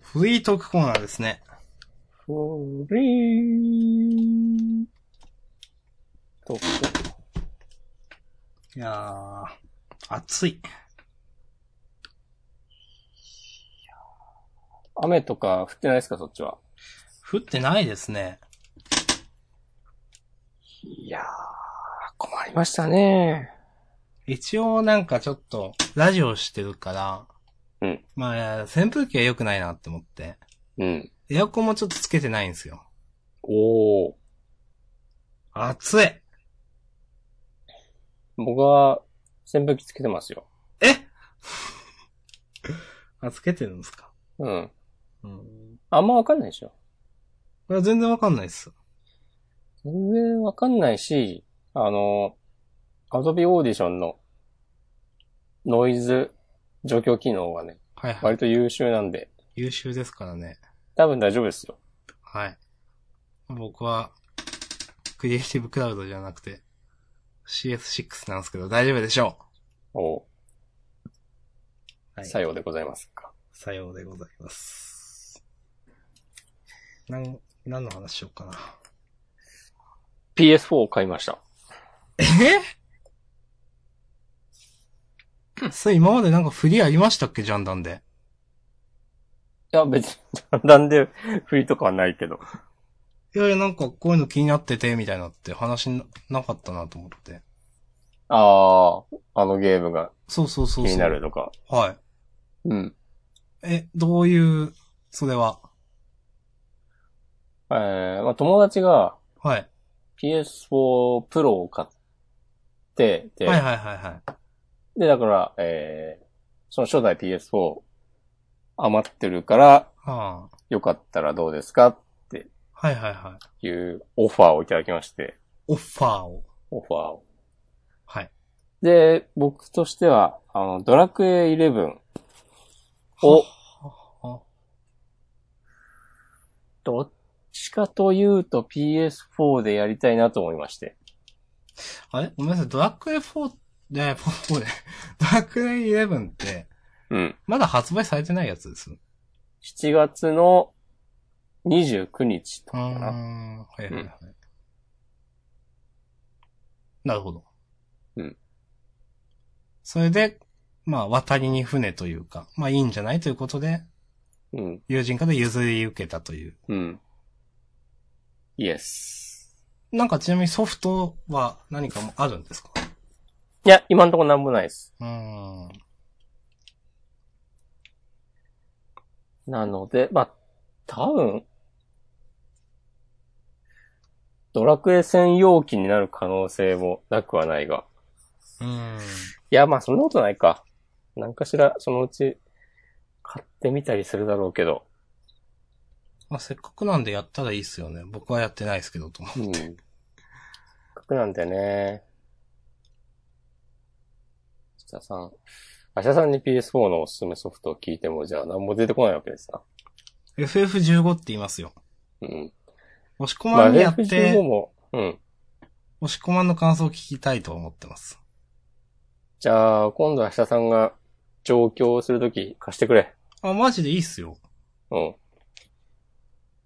フリートークコーナーですね。フリートーク。いやー、暑い。雨とか降ってないですか、そっちは。降ってないですね。いやー、困りましたね。一応なんかちょっと、ラジオしてるから、うん。まあ、扇風機は良くないなって思って。うん。エアコンもちょっとつけてないんですよ。おー。暑い僕は、扇風機つけてますよ。え あ、つけてるんですかうん。うん。あんまわかんないでしょ。これは全然わかんないっす。全然わかんないし、あの、アドビオーディションのノイズ除去機能がね、はいはい。割と優秀なんで、優秀ですからね。多分大丈夫ですよ。はい。僕は、クリエイティブクラウドじゃなくて、CS6 なんですけど、大丈夫でしょおう。は作用でございますか。さようでございます。なん、何の話しようかな。 PS4 を買いました。え それ今までなんか振りありましたっけジャンダンで。いや、別に、 なんで振りとかはないけど。いやいや、なんかこういうの気になってて、みたいなって話ななかったなと思って。ああ、あのゲームがそうそうそうそ気う。になるとか。はい。うん。え、どういう、それは。えー、まあ友達がはい。 PS4 プロを買って、で、はいはいはいはい。で、だから、えー、その初代 PS4 余ってるから、はあ。よかったらどうですかっはいはいはい。ていうオファーをいただきまして、オファーを。オファーを。はい。で、僕としては、あの、ドラクエ11を、あどっちかというと PS4 でやりたいなと思いまして。あれごめんなさい、ドラクエ4で、4で、ドラクエ11って、うん。まだ発売されてないやつです。う7月の29日とーかかな。ん。はいはいはい。なるほど。うん。それで、まあ、渡りに船というか、まあいいんじゃないということで、うん。友人から譲り受けたという。うん。イエス。なんかちなみにソフトは何かもあるんですかいや、今んとこなんもないです。うーん。なので、まあ、多分、ドラクエ専用機になる可能性もなくはないが。うーん。いや、まあ、そんなことないか。なんかしら、そのうち、買ってみたりするだろうけど。まあせっかくなんでやったらいいっすよね。僕はやってないですけど、と思ってうん。せっかくなんだよね。明日さん。明日さんに PS4 のおすすめソフトを聞いても、じゃあ何も出てこないわけですな。 FF15 って言いますよ。うん。押し込ままあ、んやって、 F15 も、うん。押し込まんの感想を聞きたいと思ってます。じゃあ、今度明日さんが上京するとき貸してくれ。あ、マジでいいっすよ。うん。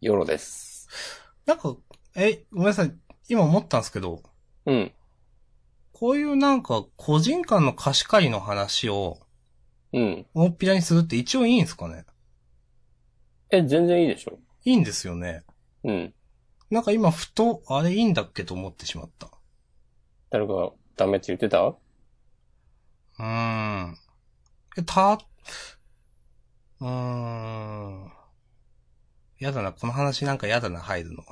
ヨロです。なんか、え、ごめんなさい。今思ったんですけど、うん。こういうなんか、個人間の貸し借りの話を、うん。大っぴらにするって一応いいんですかねえ、全然いいでしょ。いいんですよね。うん。なんか今、ふと、あれいいんだっけと思ってしまった。誰かがダメって言ってたうーん。えた、うーん。やだな、この話なんかやだな、入るの。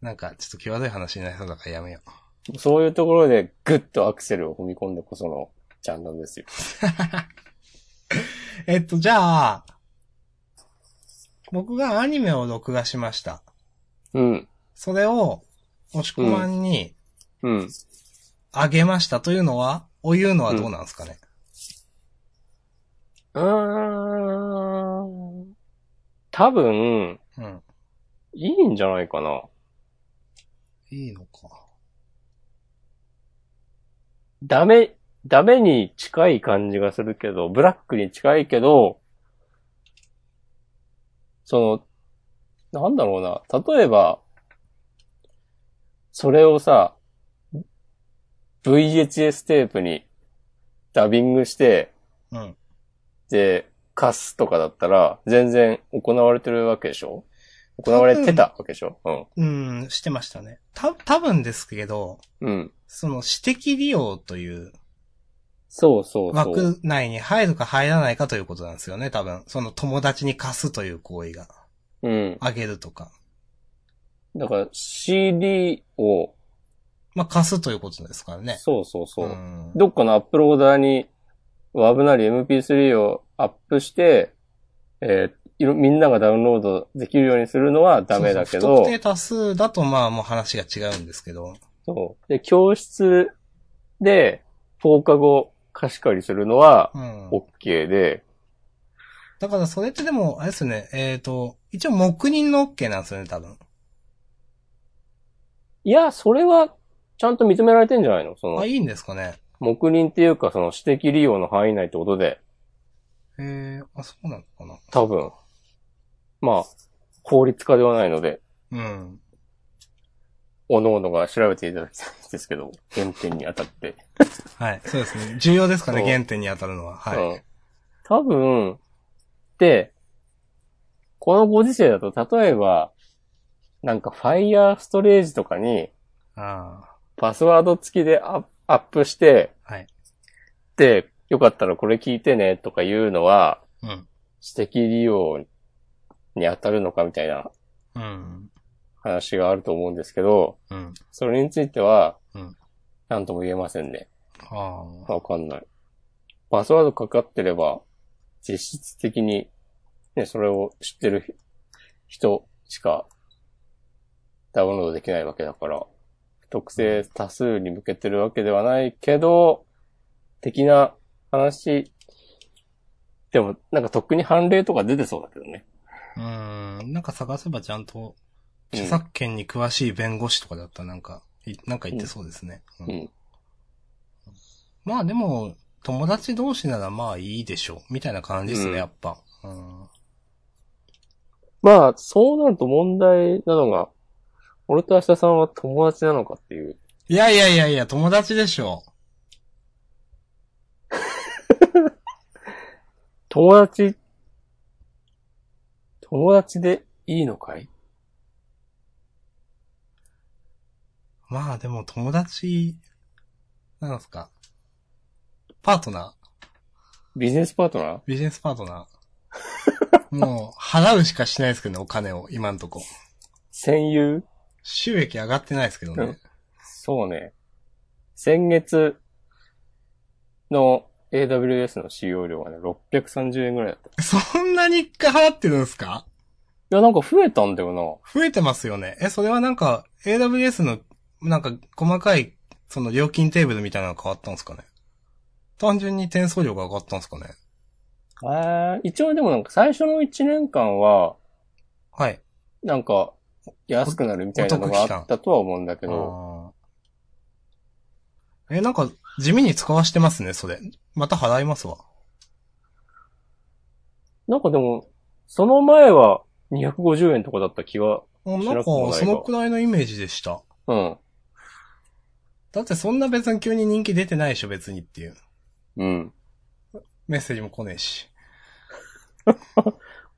なんか、ちょっと際どい話になりそうだからやめよう。そういうところでグッとアクセルを踏み込んでこそのジャンルなんですよ。えっと、じゃあ、僕がアニメを録画しました。うん。それを、押し込まんにうん。あげましたというのは、おいうのはどうなんですかね。うーん。多分、うん。いいんじゃないかな。いいのか。ダメダメに近い感じがするけど、ブラックに近いけど、その、なんだろうな。例えば、それをさ、VHS テープにダビングして、うん。で、貸すとかだったら、全然行われてるわけでしょ行われてたわけでしょうん、してましたね。た、多分ですけど、うん。うん。その私的利用というそうそうそう。枠内に入るか入らないかということなんですよね、多分。その友達に貸すという行為が。うん。あげるとか。だから CD を、まあ、貸すということですからね。そうそうそう。んどっかのアップローダーに、ワブなり MP3 をアップして、えーいろ、みんながダウンロードできるようにするのはダメだけそうそうど不、特定多数だとまあもう話が違うんですけど。そう。で、教室で放課後貸し借りするのはうん。 OK で、だからそれってでも、あれですよね、えっ、と、一応黙認の OK なんですよね、多分。いや、それはちゃんと認められてんじゃないのそあ、の、いいんですかね。黙認っていうかその私的利用の範囲内ってことで、えー、あ、そうなのかな。多分、まあ、法律家ではないので、うん。おのおのが調べていただきたいんです けど、原点に当たって。はい。そうです ね。重要ですかね、そう原点に当たるのは。はい。うん。多分、で、このご時世だと、例えば、なんか、ファイヤーストレージとかに、あパスワード付きでアップアップして、はいで、よかったらこれ聞いてね、とかいうのは、あ。うん。私的利用に当たるのかみたいなうん。話があると思うんですけど、うん。それについてはうん、なんとも言えませんね。ああ。わかんない。パスワードかかってれば、実質的に、ね、それを知ってる人しかダウンロードできないわけだから、不特定多数に向けてるわけではないけど、的な話、でも、なんかとっくに判例とか出てそうだけどね。うん。なんか探せばちゃんと、うん著作権に詳しい弁護士とかだったらなんか、いなんか言ってそうですね。ううん。まあでも、友達同士ならまあいいでしょう。みたいな感じですね、うんやっぱ。うん。まあ、そうなると問題なのが、俺と明日さんは友達なのかっていう。いやいやいやいや、友達でしょ。友達、友達でいいのかいうまあでも友達、なんですか。パートナービジネスパートナービジネスパートナ ー。もう、払うしかしないですけどね、お金を、今んとこ。戦友収益上がってないですけどね。そうね。先月の AWS の使用量がね、630円ぐらいだった。いそんなに払ってるんですかや、なんか増えたんだよ増えてますよね。え、それはなんか、AWS の、なんか、細かい、その料金テーブルみたいなのが変わったんですかね。単純に転送量が上がったんですかね。な。えー、一応でもなんか最初の1年間は、はい。なんか安くなるみたいなのがあったとは思うんだけど、あーえ、なんか、地味に使わしてますね、それ。また払いますわ。なんかでも、その前は250円とかだった気が、うん知なんか、らんことないわそのくらいのイメージでした。うん、だってそんな別に急に人気出てないでしょ、別にっていう。うん。メッセージも来ねえし。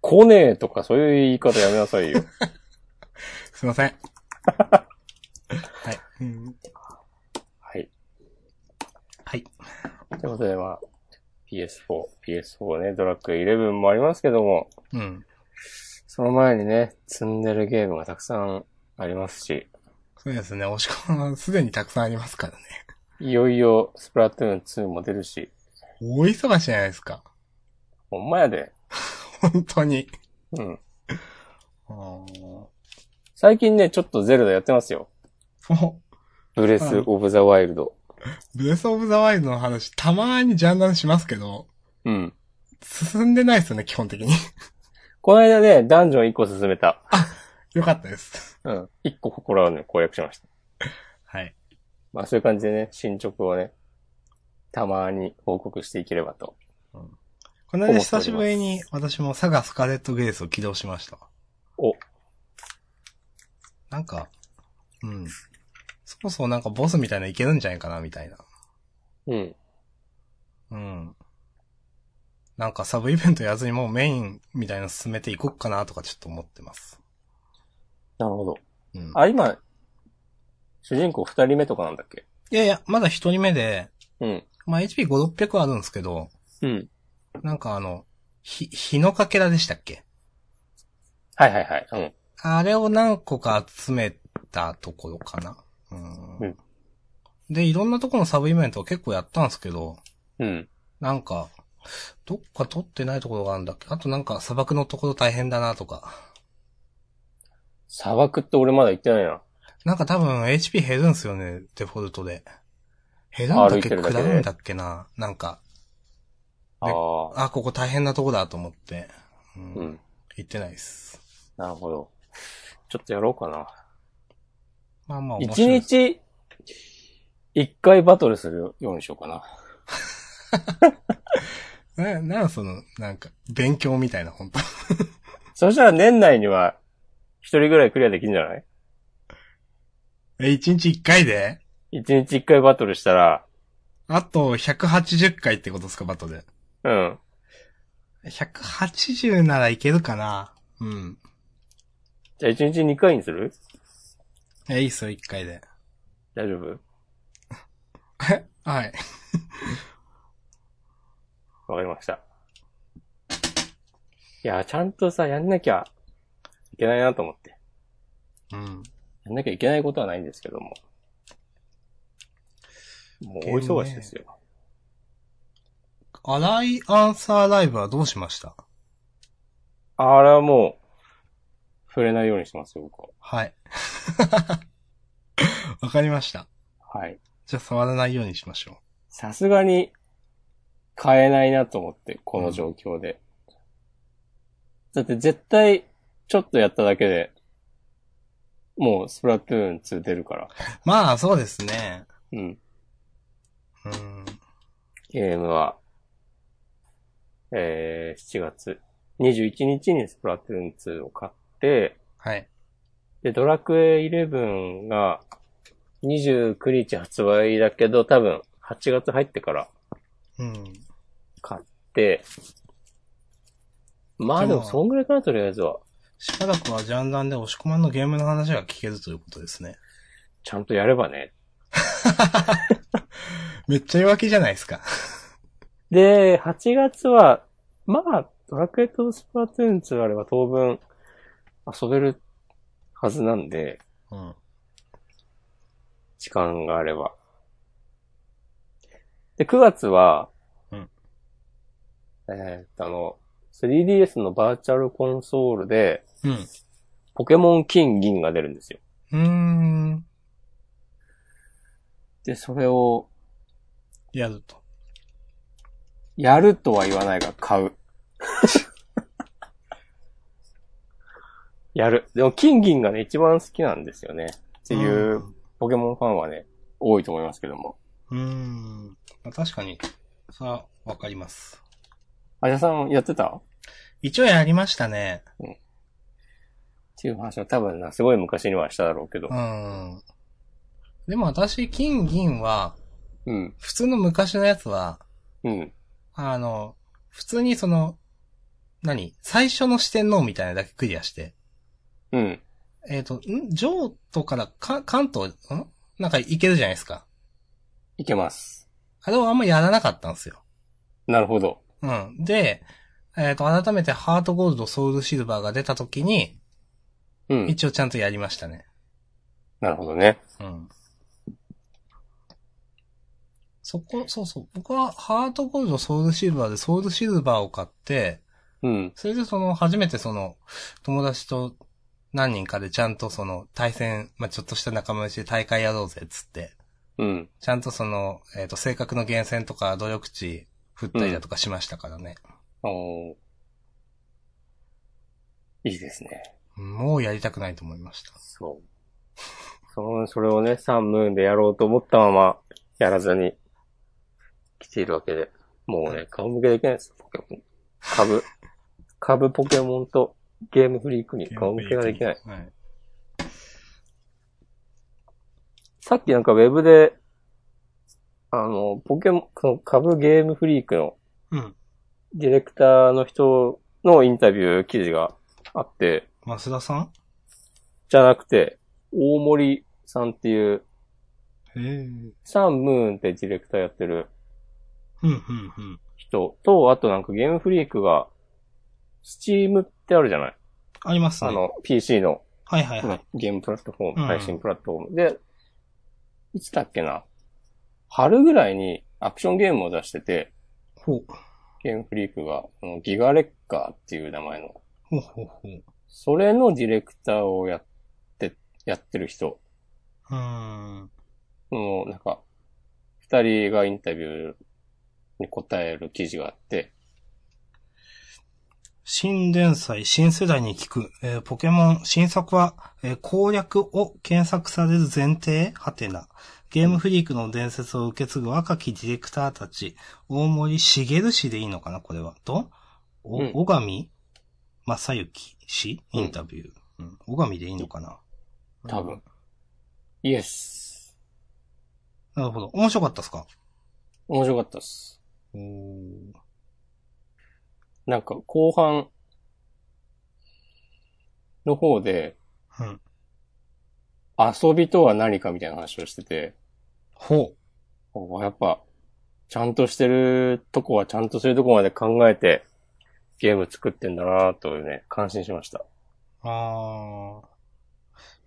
来ねえとかそういう言い方やめなさ いよ。すいません。 はい。うんはい。はい。ということで、まあ、PS4、PS4 ね、ドラッグ11もありますけども、うん。その前にね、積んでるゲームがたくさんありますし、そうですね、押し込みはすでにたくさんありますからね。いよいよスプラトゥーン2も出るし、大忙しじゃないですか。ほんまやで。本当に。うん。も最近ね、ちょっとゼルダやってますよ。う、ブレス・オブ・ザ・ワイルド。ブレスオブザワイルドの話、たまーにジャンダンしますけど、うん。進んでないですよね、基本的に。この間ね、ダンジョン1個進めた。よかったです。うん。1個心をね、攻略しました。はい。まあそういう感じでね、進捗をね、たまに報告していければと。この間久しぶりに私もサガスカーレットグレースを起動しました。お。なんか、うん。そもそもなんかボスみたいなのいけるんじゃないかな、みたいな。うん。うん。なんかサブイベントやずにもうメインみたいなの進めていこっかなとかちょっと思ってます。なるほど。うん。あ、今、主人公二人目とかなんだっけいやいや、まだ一人目で、うん。まあ HP5、600あるんですけど、うん。なんかあの、ひ、日のかけらでしたっけはいはいはい。うん。あれを何個か集めたところかな。うん。うんで、いろんなところのサブイベントを結構やったんですけど、うん。なんか、どっか取ってないところがあるんだっけあとなんか砂漠のところ大変だなとか。砂漠って俺まだ行ってないな。なんか多分 HP 減るんすよね、デフォルトで。減るんだっ歩いけてるだけ食でらうんだっけななんか、あであ。あ、ここ大変なとこだと思って。うん。うん。行ってないです。なるほど。ちょっとやろうかな。まあまあ面一白いです。日、一回バトルするようにしようかな。な、なんその、なんか、勉強みたいな、本当そしたら年内には、一人ぐらいクリアできるんじゃないえ、一日一回で一日一回バトルしたら、あと180回ってことですか、バトル。うん。 180ならいけるかなうん。じゃあ一日二回にするえ、いいっすよ、一回で。 大丈夫えはい。わかりました。いや、ちゃんとさ、やんなきゃいけないなと思って。うん。やんなきゃいけないことはないんですけども。もう大忙しですよ。アライアンサーライブはどうしましたあれはもう、触れないようにしてますよ、僕は。はい。 わかりました。はい。じゃあ触らないようにしましょさすがに、買えないなと思って、この状況で。だって絶対、ちょっとやっただけで、もう、スプラトゥーン2出るから。う。まあ、そうですね。うん。うん。ゲームは、えー、7月21日にスプラトゥーン2を買って、はい。で、ドラクエ11が29日発売だけど、多分8月入ってからうん。買って、まあででももそんぐらいかな、とりあえずは。しばらくはジャンダンで押し込まんのゲームの話が聞けるということですね。ちゃんとやればね。めっちゃ弱気じゃないですか。で、8月は、まあ、ドラクエとスプラトゥーン2あれば当分遊べるはずなんで、うん。時間があれば。で、9月は、うんえーっと、あの、3DS のバーチャルコンソールで、うん。ポケモン金銀が出るんですよ。うーん。で、それを、やると。やるとは言わないが、買う。 やる。でも、金銀がね、一番好きなんですよね。っていう、ポケモンファンはね、多いと思いますけども。うん。うん。まあ確かに、それはわかります。あやさんやってたっ一応やりましたね。ていう話は多分な、すごい昔にはしただろうけどう。ん。でも私、金銀は、うん。普通の昔のやつは、うん。あの、普通にその、何最初の四天王みたいなのだけクリアして。うん。えっ、と、ん上都からか関東、んなんか行けるじゃないですか。いけます。あれをあんまやらなかったんですよ。なるほど。うん。で、えっ、と、改めてハートゴールド、ソウルシルバーが出た時に、うん。一応ちゃんとやりましたね。なるほどね。うん。そこ、そうそう。僕はハートゴールド、ソウルシルバーで、ソウルシルバーを買って、うん。それでその、初めてその、友達と何人かでちゃんとその、対戦、まあ、ちょっとした仲間内で大会やろうぜ、っつって。うん。ちゃんとその、えっ、と、性格の厳選とか、努力値振ったりだとかしましたからね。おーいいですね。もうやりたくないと思いました。そう。その、それをね、サンムーンでやろうと思ったまま、やらずに、来ているわけで、もうね、顔向けできないです、ポケモン。株、株ポケモンとゲームフリークに顔向けができない。はい。さっきなんかウェブで、あの、ポケモン、その株ゲームフリークのうん。ディレクターの人のインタビュー記事があって、増田さんじゃなくて、大森さんっていう、へえ。サンムーンってディレクターやってるうん、うん、うん。人と、あとなんかゲームフリークが、スチームってあるじゃない、ありますね。あの、PC のはいはいはい。ゲームプラットフォーうんム、配信プラットフォーム。で、いつだっけな春ぐらいにアクションゲームを出してて、ほう。ゲームフリークが、あのギガレッカーっていう名前の、ほうほうほう。うそれのディレクターをやって、やってる人ーん。の、なんか、二人がインタビューに答える記事があって、新連載、新世代に聞く、えーポケモン、新作は、えー攻略を検索される前提はてな。ゲームフリークの伝説を受け継ぐ若きディレクターたち、大森茂氏でいいのかなこれは。と、お、うん小上正幸氏インタビュー。うん。小上でいいのかな多分。イエス。なるほど。面白かったですか面白かったっす。おーなんか後半の方でうん。遊びとは何かみたいな話をしてて、ほやっぱちゃんとしてるとこはちゃんとするとこまで考えてゲーム作ってんだなぁというね、感心しました。う。あ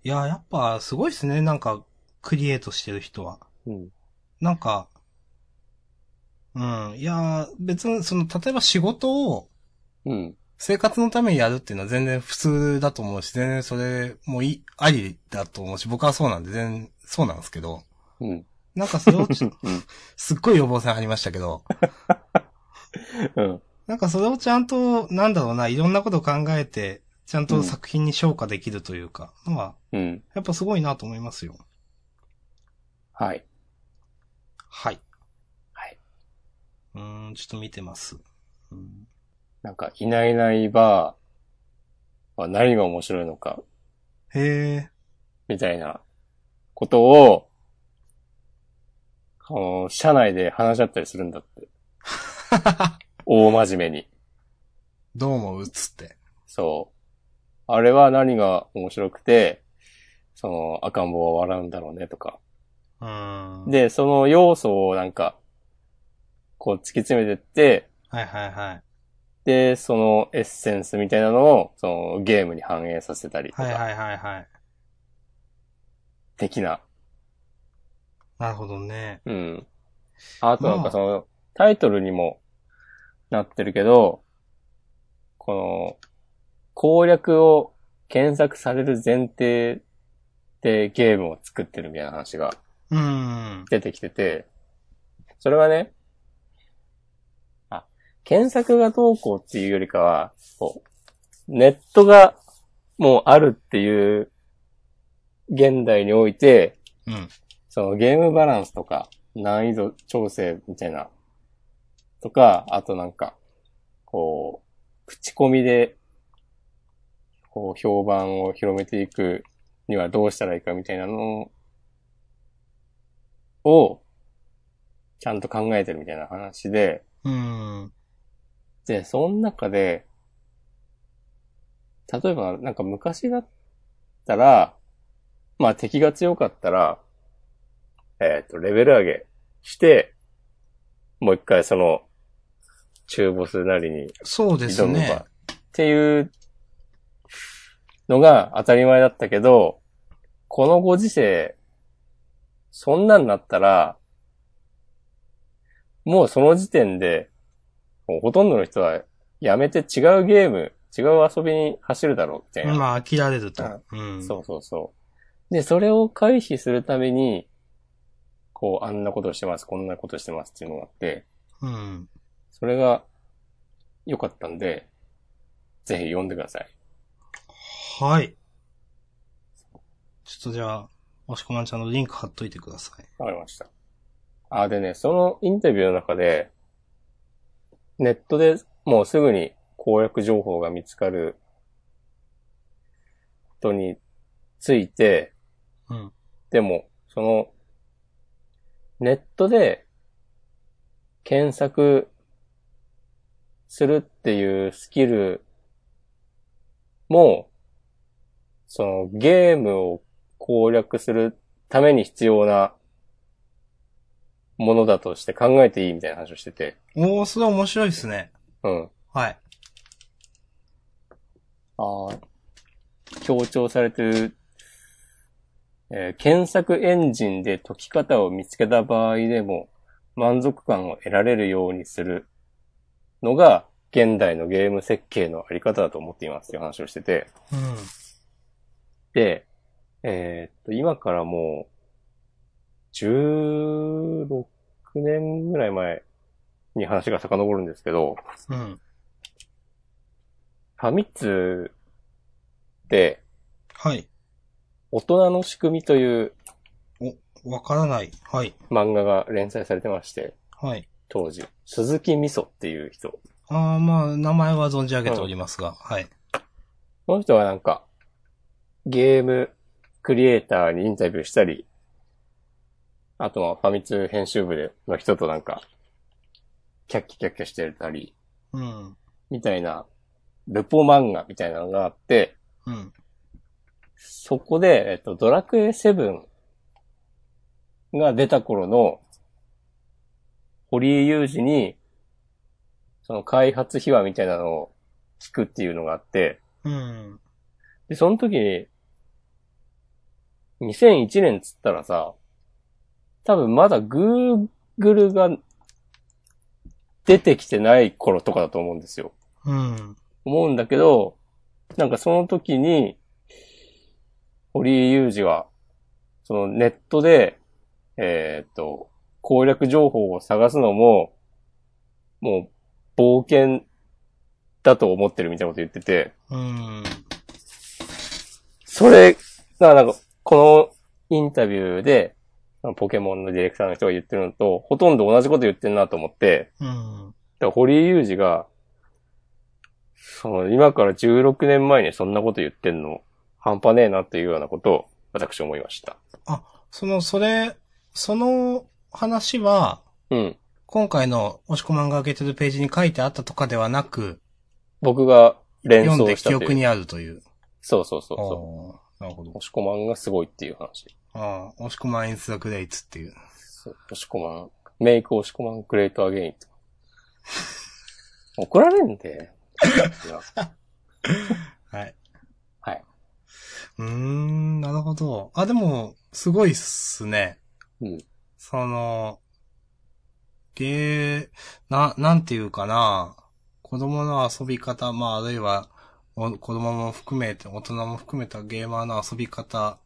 ー。いや、やっぱすごいですね。なんか、クリエイトしてる人は。うん。なんか、うん。いやー、別に、その、例えば仕事をうん。生活のためにやるっていうのは全然普通だと思うし、全然それもいい、ありだと思うし、僕はそうなんで、全然、そうなんですけど、うん。なんかそれを ち、うんすっごい予防線張りましたけど、うん。なんかそれをちゃんと、なんだろうな、いろんなことを考えて、ちゃんと作品に昇華できるというか、のは、うん。やっぱすごいなと思いますよ。はい。はい。はい。うーん、ちょっと見てます。うん、なんか、いないいないばーは何が面白いのか、へえ、みたいなことを、あの、社内で話し合ったりするんだって。大真面目に。 どう思うっつって。そう。あれは何が面白くて、その赤ん坊は笑うんだろうねとか。うーん。で、その要素をなんか、こう突き詰めてって、はいはいはい。で、そのエッセンスみたいなのを、そのゲームに反映させたりとはいか、はいはいはい。的な。なるほどね。うん。あとなんまあかその、タイトルにもなってるけど、この、攻略を検索される前提でゲームを作ってるみたいな話がうーん。出てきてて、それはね、あ、検索がどうこうっていうよりかは、こうネットがもうあるっていう現代において、うん。そのゲームバランスとか、難易度調整みたいな、とか、あとなんか、こう、口コミで、こう、評判を広めていくにはどうしたらいいかみたいなのを、ちゃんと考えてるみたいな話で、うーん。で、その中で、例えばなんか昔だったら、まあ敵が強かったら、えっ、と、レベル上げして、もう一回その、中ボスなりにそうです挑むねか。、っていうのが当たり前だったけど、このご時世、そんなんなったら、もうその時点で、もうほとんどの人はやめて違うゲーム、違う遊びに走るだろう、みたいな。まあ、飽きられると。うん。そうそうそう。で、それを回避するために、こう、あんなことしてます、こんなことしてますっていうのがあって、う。うん。それが良かったんで、ぜひ読んでください。はい。ちょっとじゃあ、押しこまんちゃんのリンク貼っといてください。わかりました。あ、でね、そのインタビューの中で、ネットでもうすぐに攻略情報が見つかることについて、うん。でも、その、ネットで検索するっていうスキルも、そのゲームを攻略するために必要なものだとして考えていいみたいな話をしてて。おー、それ面白いですね。うん。はい。ああ、強調されてる、えー検索エンジンで解き方を見つけた場合でも満足感を得られるようにするのが現代のゲーム設計のあり方だと思っていますという話をしてて。うん。で、えーっと、今からもう、16年ぐらい前に話が遡るんですけど、うん。ファミ通ではい。大人の仕組みというわからない。はい。漫画が連載されてまして、はい。当時、鈴木みそっていう人。あー、まあ、名前は存じ上げておりますが。はい。この人はなんか、ゲームクリエイターにインタビューしたり、あとはファミ通編集部での人となんか、キャッキャキャッキャしてたり、うん。みたいな、ルポ漫画みたいなのがあって、うん。そこで、えっと、ドラクエ7が出た頃の、堀井雄二に、その開発秘話みたいなのを聞くっていうのがあって、うん。で、その時に、2001年つったらさ、多分まだ Google が出てきてない頃とかだと思うんですよ。うん。思うんだけど、なんかその時に、堀井雄二は、そのネットで、えーっと、攻略情報を探すのも、もう、冒険だと思ってるみたいなこと言ってて、うん。それ、だからなんか、このインタビューで、ポケモンのディレクターの人が言ってるのと、ほとんど同じこと言ってるなと思って、うん。だから堀井雄二が、その、今から16年前にそんなこと言ってんの、半端ねえなっていうようなことを、私思いました。その、それ、その話は、うん。今回の押し込まんが開けてるページに書いてあったとかではなく、僕が連読ん想でした記と憶いう。にあるという。そうそうそうそあーなるほう。ど。押し込まんがすごいっていう話。ああ、押し込まんインスザグレイツっていう。そう押し込まん。メイク押し込まんグレートアゲインとか。 怒られんで。はい。はい。うーん、なるほど。あ、でも、すごいっすね。うん。その、ゲー、な、なんていうかな。子供の遊び方、まあ、あるいは、お子供も含めて、大人も含めたゲーマーの遊び方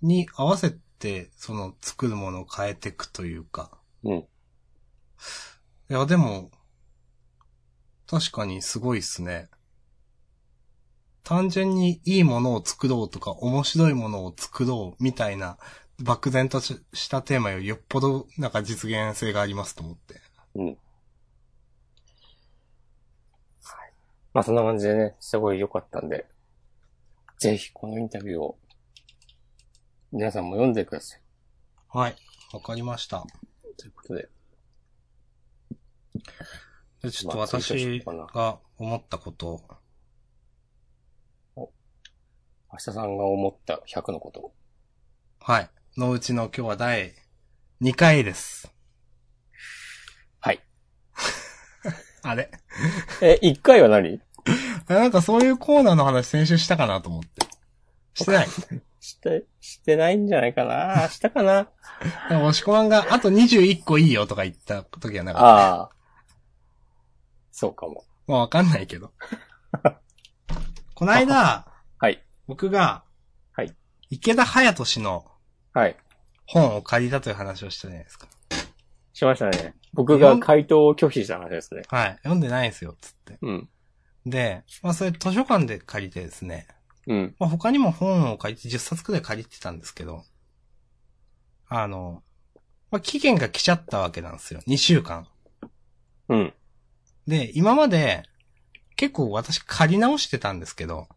に合わせて、その、作るものを変えていくというか。うんいや、でも、確かにすごいっすね。単純にいいものを作ろうとか、面白いものを作ろうみたいな、漠然とししたテーマよりよっぽど、なんか実現性がありますと思って。まあそんな感じでね、すごい良かったんで、ぜひこのインタビューを、皆さんも読んでください。はい。わかりました。ということで。でちょっとまあ追加し私ようかなが思ったことを明日さんが思った100のこと。はい。のうちの今日は第2回です。はい。 あれえ、1回は何あなんかそういうコーナーの話先週したかなと思って。してない。して、してないんじゃないか なしたかななんか押し込まん が、あと21個いいよとか言った時はなんかっああ。そうかも。た。まあわかんないけど。 こないだ、はい。僕が、はい。池田隼人氏のはい。本を借りたという話をしたじゃないですか。しましたね。僕が回答を拒否した話ですね。はい。読んでないんですよ、つって。うん。で、まあそれ図書館で借りてですね。うん。まあ、他にも本を書いて10冊くらい借りてたんですけど、あの、まあ、期限が来ちゃったわけなんですよ。2週間。うん。で、今まで、結構私借り直してたんですけど、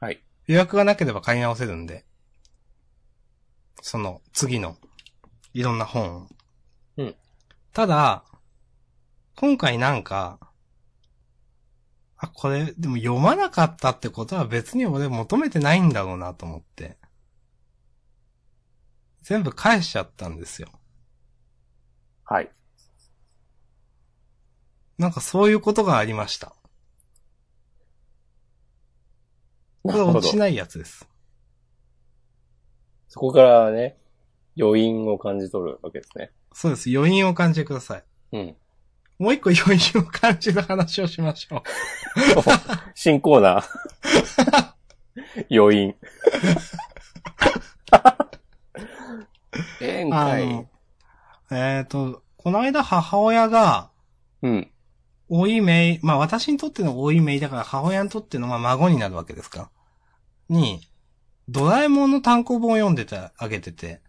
はい。予約がなければ借り直せるんで、その、次の、いろんな本を。うん。ただ、今回なんか、あ、これ、でも読まなかったってことは別に俺求めてないんだろうなと思って。全部返しちゃったんですよ。はい。なんかそういうことがありました。これ落ちないやつです。そこからね、余韻を感じ取るわけですね。そうです。余韻を感じてください。うん。もう一個余韻を感じる話をしましょう。新コーナ ー。余 韻。ええんあかいの。、えっ、と、この間母親が、うん。老い姪、まあ私にとっての老い姪だから母親にとってのまあ孫になるわけですか。に、ドラえもんの単行本を読んでてあげてて。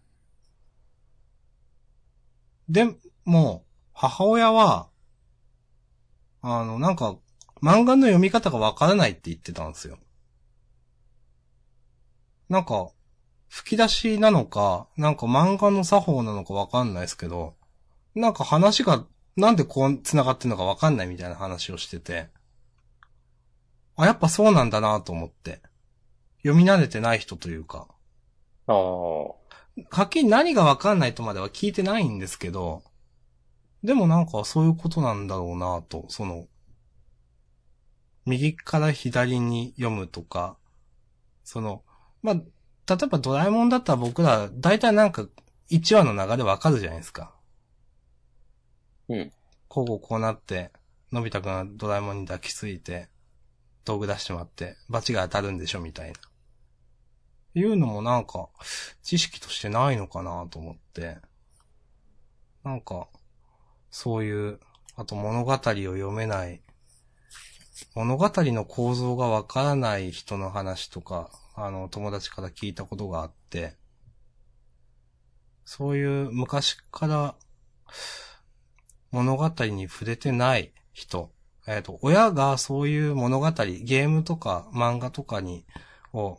で、もう、母親は、あの、なんか、漫画の読み方がわからないって言ってたんですよ。なんか、吹き出しなのか、なんか漫画の作法なのかわかんないですけど、なんか話がなんでこう繋がってるのかわかんないみたいな話をしてて、あ、やっぱそうなんだなと思って。読み慣れてない人というか、ああ。はっきり何がわかんないとまでは聞いてないんですけど、でもなんかそういうことなんだろうなと、その、右から左に読むとか、その、まあ、例えばドラえもんだったら僕ら、だいたいなんか1話の流れわかるじゃないですか。うん。こうこうこうなって、のび太くんはドラえもんに抱きついて、道具出してもらって、罰が当たるんでしょみたいな。いうのもなんか、知識としてないのかなと思って。なんか、そういう、あと物語を読めない、物語の構造がわからない人の話とか、あの、友達から聞いたことがあって、そういう昔から物語に触れてない人、えっ、と、親がそういう物語、ゲームとか漫画とかに、を、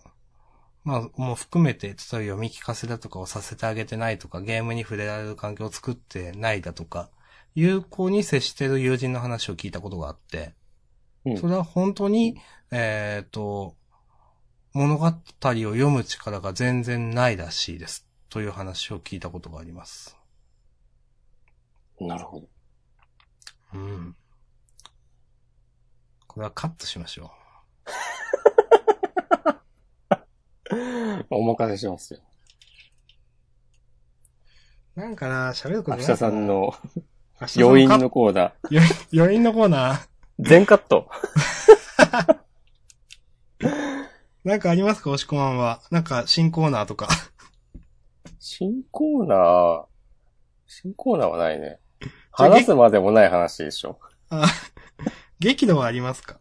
まあ、もう含めて、例えば読み聞かせだとかをさせてあげてないとか、ゲームに触れられる環境を作ってないだとか、有効に接してる友人の話を聞いたことがあって、うんそれは本当に、えっ、と、物語を読む力が全然ないらしいです。という話を聞いたことがあります。なるほど。うん。これはカットしましょ お任せしますよ。う。なんかな、喋ること明ない。日さん。の明日さん余韻カッのコーナー。ト。余韻のコーナー。全カット。なんかありますか押し込まんは。なんか新コーナーとか。 新コーナー、新コーナーはないね。話すまでもない話でしょ。あ激怒はありますか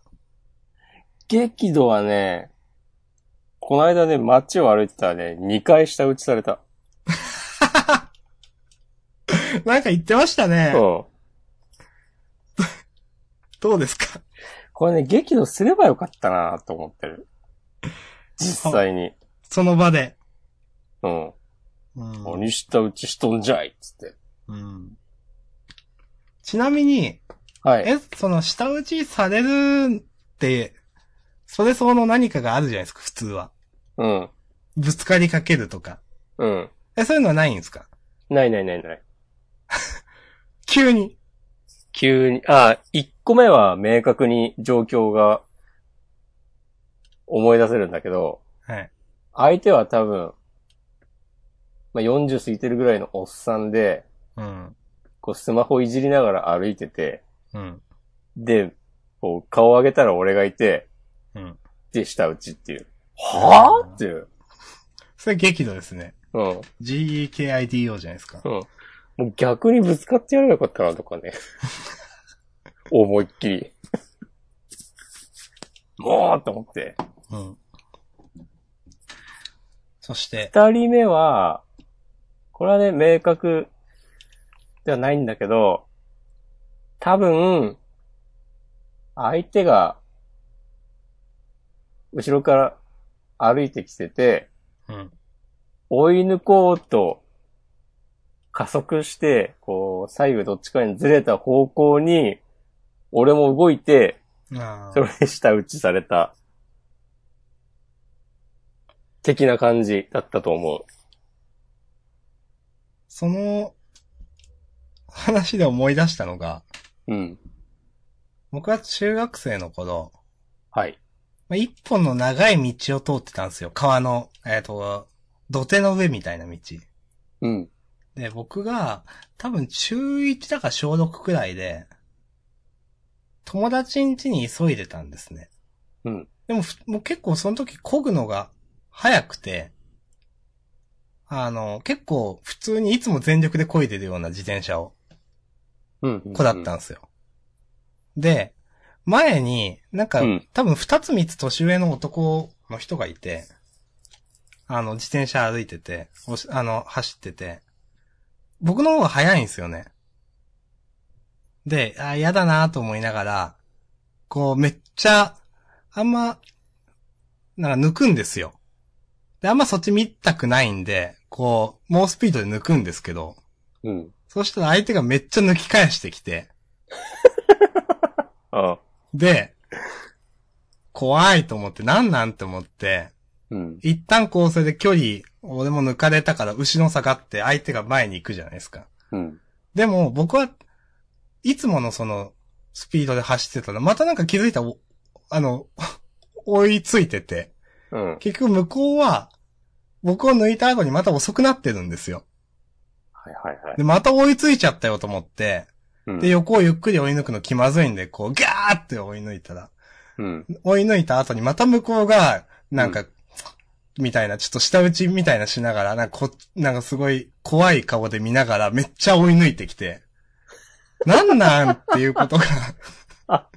激怒はね、この間ね、街を歩いてたらね、2回下打ちされた。なんか言ってましたね。うん。どうですかこれね、激怒すればよかったなと思ってる。実際に。その場で。うん。うん何したうちしとんじゃいっつって。うんちなみに、はい。え、その下打ちされるって、それ相応の何かがあるじゃないですか、普通は。うん。ぶつかりかけるとか。うん。え、そういうのはないんですかないないないない。急に。急に、あ、1個目は明確に状況が思い出せるんだけど、はい。相手は多分、まあ、40過ぎてるぐらいのおっさんで、うん。こうスマホいじりながら歩いてて、うん。で、こう顔上げたら俺がいて、うん。で、下打ちっていう。はぁっていう。それ激怒ですね。うん。 GEKIDO じゃないですか。うん。もう逆にぶつかってやればよかったな とかね。思いっきり。もうと思って。うん。そして、二人目は、これはね、明確ではないんだけど、多分、相手が、後ろから歩いてきてて、うん。追い抜こうと加速して、こう、左右どっちかにずれた方向に、俺も動いて、あそーれで下打ちされた、的な感じだったと思う。その、話で思い出したのが、うん。僕は中学生の頃、はい。まあ一本の長い道を通ってたんですよ。川の、えっ、と、土手の上みたいな道。うん。で、僕が、多分中1だか小6くらいで、友達ん家に急いでたんですね。うん。でもふ、もう結構その時漕ぐのが早くて、あの、結構普通にいつも全力で漕いでるような自転車を、うん。子だったんですよ。で、前に、なんか、うん多分二つ三つ年上の男の人がいて、あの、自転車歩いてて、おしあの、走ってて、僕の方が早いんですよね。で、あ、嫌だなと思いながら、こう、めっちゃ、あんま、なんか抜くんですよ。で、あんまそっち見たくないんで、こう、猛スピードで抜くんですけど、うん。そしたら相手がめっちゃ抜き返してきて、あで、怖いと思って、なんなんって思って、うん。一旦こうそれで距離、俺も抜かれたから後ろ下がって相手が前に行くじゃないですか。うん。でも僕はいつものそのスピードで走ってたら、またなんか気づいたらお、あの、 追いついてて、うん。結局向こうは僕を抜いた後にまた遅くなってるんですよ。はいはいはいで、また追いついちゃったよと思って、うん。で、横をゆっくり追い抜くの気まずいんで、こう、ガーって追い抜いたら、うん。追い抜いた後にまた向こうが、なんか、みたいな、ちょっと下打ちみたいなしながら、なんかこ、なんかすごい怖い顔で見ながらめっちゃ追い抜いてきて、なんなんっていうことが、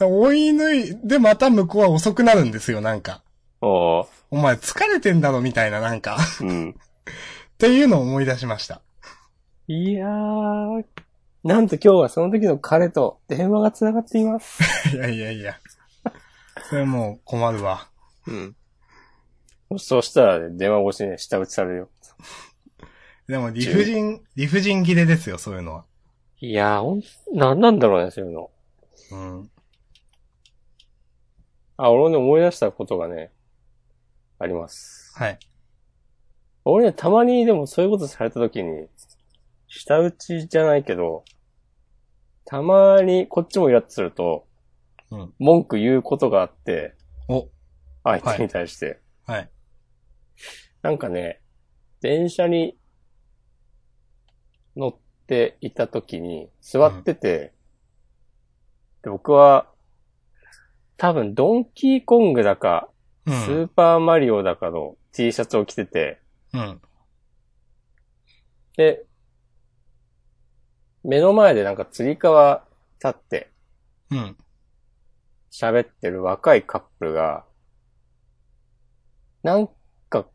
追い抜い、でまた向こうは遅くなるんですよ、なんか。おーお前疲れてんだろ、みたいな、なんか。っうん。ていうのを思い出しました。いやー。なんと今日はその時の彼と電話が繋がっています。いやいやいや。それもう困るわ。うん。そうしたら、ね、電話越しにね下打ちされるよ。でも理不尽、理不尽切れですよ、そういうのは。いやー、ほん、なんなんだろうね、そういうの。うん。あ、俺もね、思い出したことがね、あります。はい。俺ね、たまにでもそういうことされた時に、下打ちじゃないけど、たまにこっちもイラッとすると、うん文句言うことがあって、お、相手に対して。はい。なんかね、電車に乗っていた時に座ってて、で僕は多分ドンキーコングだか、うスん。ーパーマリオだかの T シャツを着てて、うん。で、目の前でなんか釣り革立ってうん。喋ってる若いカップルが、なんか、ん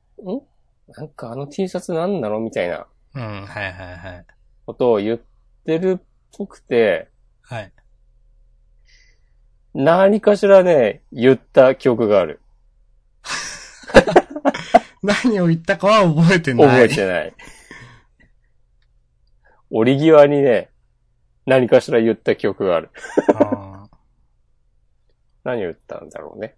なんかあの T シャツなんなのみたいなうん、はいはいはい。ことを言ってるっぽくて、はい。何かしらね、言った記憶がある。何を言ったかは覚えてない。覚えてない。折り際にね、何かしら言った記憶がある。あー何を言ったんだろうね。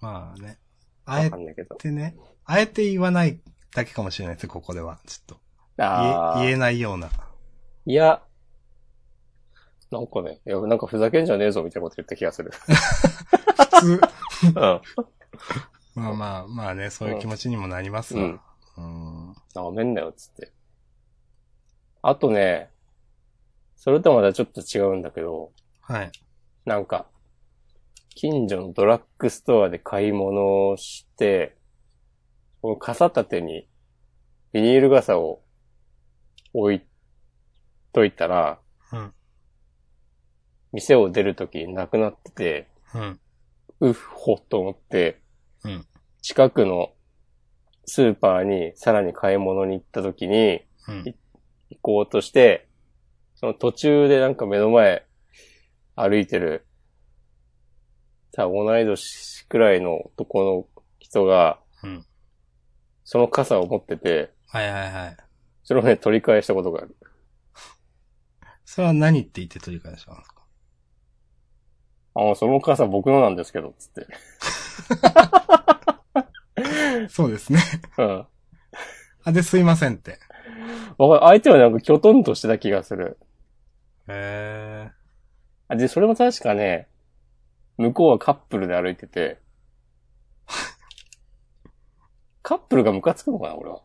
まあね。あわえかんないけど。てね、あえて言わないだけかもしれないです、ここでは。ちょっと。あー言え言えないような。いや、なんかね、いや、なんかふざけんじゃねえぞみたいなこと言った気が する。普通。うん。まあまあまあね、そういう気持ちにもなりますうんわ。うん。なめんなよ、つって。あとね、それとまたちょっと違うんだけど、はい。なんか、近所のドラッグストアで買い物をして、この傘立てにビニール傘を置いといたら、うん店を出るときなくなってて、うん。うっほと思って、うん近くのスーパーにさらに買い物に行った時に、うん。行こうとして、その途中でなんか目の前歩いてる、多分同い年くらいの男の人が、うんその傘を持ってて、はいはいはい。それをね、取り返したことがある。それは何って言って取り返したんですかああ、その傘僕のなんですけど、つって。そうですね。うん。あ、で、すいませんって。わかる相手はなんかキョトンとしてた気がする。へえ。あで、それも確かね、向こうはカップルで歩いて て、カップルがムカつくのかな、俺は。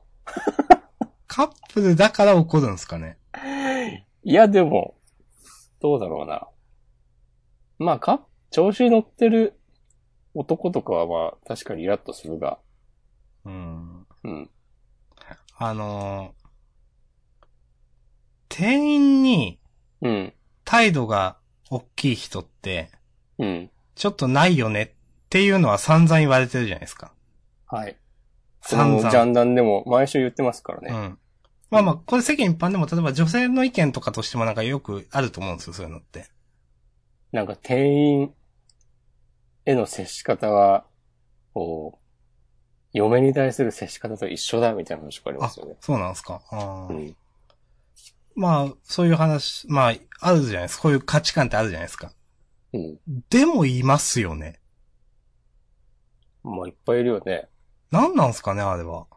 カップルだから怒るんですかね。いや、でも、どうだろうな。まあ、か、調子に乗ってる男とかはまあ、確かにイラッとするが、うん。うん。あのー店員にうん。態度が大きい人って、うん。ちょっとないよねっていうのは散々言われてるじゃないですか。はい。そ散のジャ々。ンダンでも毎週言ってますからうね。ん。まあまあ、これ世間一般でも、例えば女性の意見とかとしてもなんかよくあると思うんですよ、そういうのって。なんか店員への接し方は、こう、嫁に対する接し方と一緒だみたいな話がありまあすよね。、そうなんですか。あーうん。まあ、そういう話、まあ、あるじゃないですか。こういう価値観ってあるじゃないですか。うん。でもいますよね。まあ、いっぱいいるよね。なんなんすかね、あれは。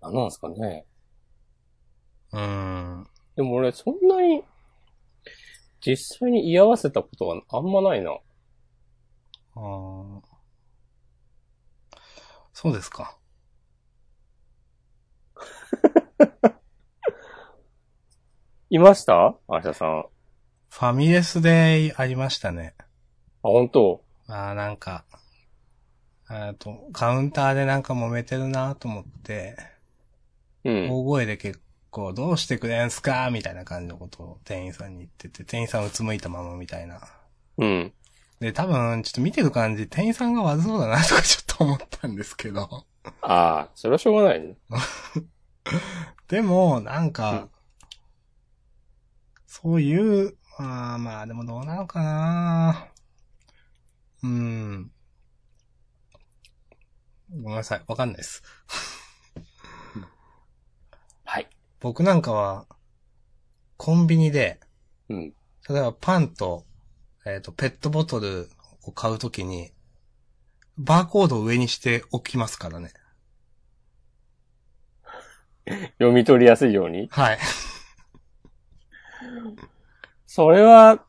なんなんですかね。うーん。でも俺、そんなに、実際に居合わせたことはあんまないな。あーそうですか。いましたアシャさん。あ、ファミレスでありましたね。本当ああ、なんか、えっと、カウンターでなんか揉めてるなと思って、うん。大声で結構、どうしてくれんすかみたいな感じのことを店員さんに言ってて、店員さんうつむいたままみたいな。うん。で、多分、ちょっと見てる感じ、店員さんが悪そうだなとかちょっと思ったんですけど。ああ、それはしょうがないね。でも、なんうかん、そういう、まあまあ、でもどうなのかなうん。ごめんなさい、わかんないです。はい。僕なんかは、コンビニで、うん。例えばパンと、えっ、と、ペットボトルを買うときに、バーコードを上にしておきますからね。読み取りやすいように。はい。それは、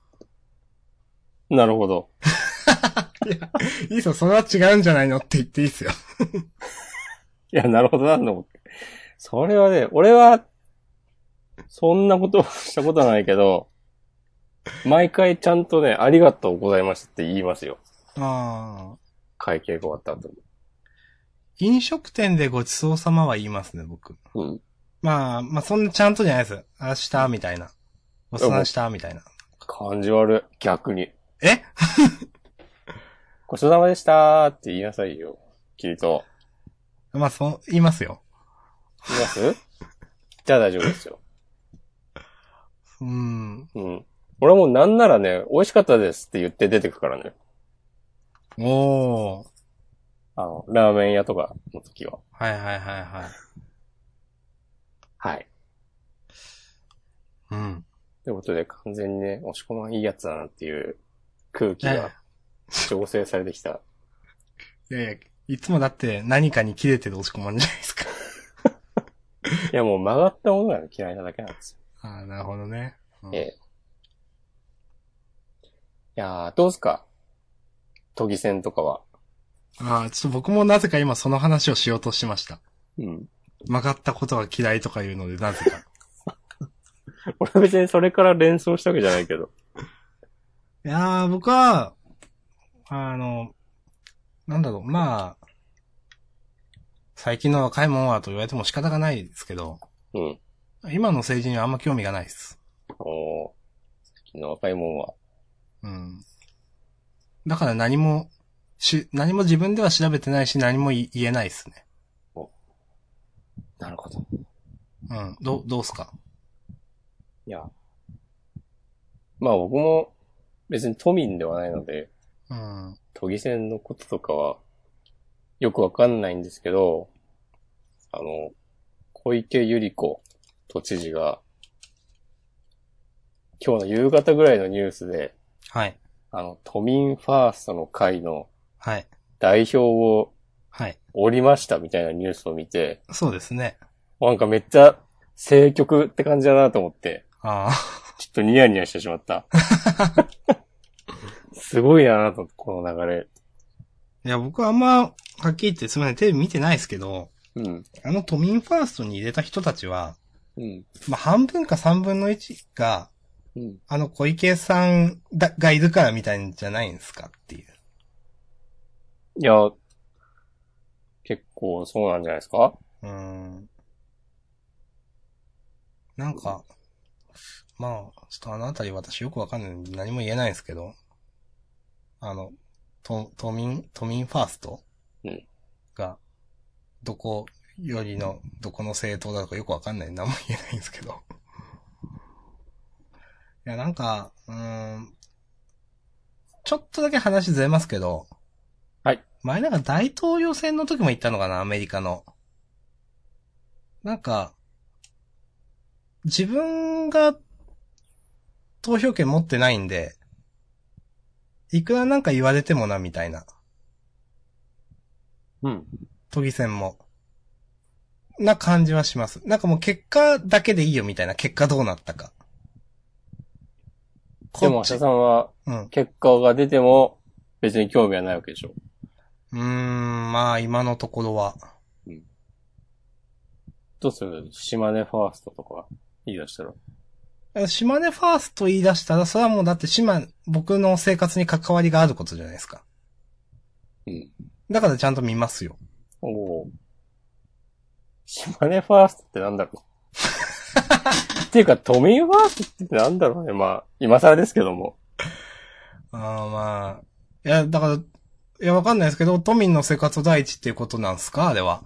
なるほど。 いいっすよ、それは違うんじゃないのって言っていいっすよ。いや、なるほどなんだもん。それはね、俺は、そんなことをしたことはないけど、毎回ちゃんとね、ありがとうございましたって言いますよ。ああ。会計が終わった後飲食店でごちそうさまは言いますね、僕。に。まあ、まあ、そんなちゃんとじゃないです。明日、みたいな。お世話した、みたいな。うん。感じ悪い。逆に。えごちそうさまでしたーって言いなさいよ。きっと。まあ、そう、言いますよ。言いますじゃあ大丈夫ですよ。うーん。うん。俺もうなんならね、美味しかったですって言って出てくからね。おー。あの、ラーメン屋とかの時は。はいはいはいはい。はい。うん。ということで、完全にね、押し込まんいいやつだなっていう空気が調整されてき た。いやいや、いつもだって何かに切れてる押し込まんじゃないですか。 いや、もう曲がったものが嫌いなだけなんですよ。ああ、なるほどね。うんええ。いやー、どうすか都議選とかは。ああ、ちょっと僕もなぜか今その話をしようとしました。うん。曲がったことが嫌いとか言うので、なぜか。俺は別にそれから連想したわけじゃないけど。 いやー、僕は、あの、なんだろう、まあ、最近の若いもんはと言われても仕方がないですけど、うん。今の政治にはあんま興味がないです。おー。最近の若いもんは。うん。だから何もし、何も自分では調べてないし、何も言えないですね。なるほど。うん。どう、どうっすかいや。まあ僕も別に都民ではないので、うん。都議選のこととかはよくわかんないんですけど、あの、小池百合子都知事が、今日の夕方ぐらいのニュースで、はい。あの、都民ファーストの会のはい。代表をはい。降りましたみたいなニュースを見て、そうですね。なんかめっちゃ政局って感じだなと思って、ああ。ちょっとニヤニヤしてしまった。すごいなと、この流れ。 いや、僕はあんま、はっきり言って、すみません、テレビ見てないですけど、うん。あの都民ファーストに入れた人たちは、うん。まあ、半分か三分の一が、うん。あの小池さんだがいるからみたいんじゃないんですかっていう。いや、結構そうなんじゃないですかうーん。なんか、まあ、ちょっとあのあたり私よくわかんないんで何も言えないんですけど、あの、都都民、都民ファーストうんが、どこよりの、どこの政党だとかよくわかんないんで何も言えないんですけど。いや、なんか、うーん、ちょっとだけ話ずれますけど、はい。前なんか大統領選の時も言ったのかな、アメリカの。なんか、自分が投票権持ってないんで、いくらなんか言われてもな、みたいな。うん。都議選も。な感じはします。なんかもう結果だけでいいよ、みたいな。結果どうなったか。でも、こっ明ち日さんはうん。結果が出ても別に興味はないわけでしょ。うーん、まあ今のところは。どうする島根ファーストとか言い出したら。島根ファースト言い出したら、それはもうだって島、僕の生活に関わりがあることじゃないですか。うん。だからちゃんと見ますよ。おお。島根ファーストってなんだ ろうっていうか、都民ファーストってなんだろうね。まあ、今更ですけども。ああ、まあ。いや、だから、いや、わかんないですけど、都民の生活を第一っていうことなんすかあれは。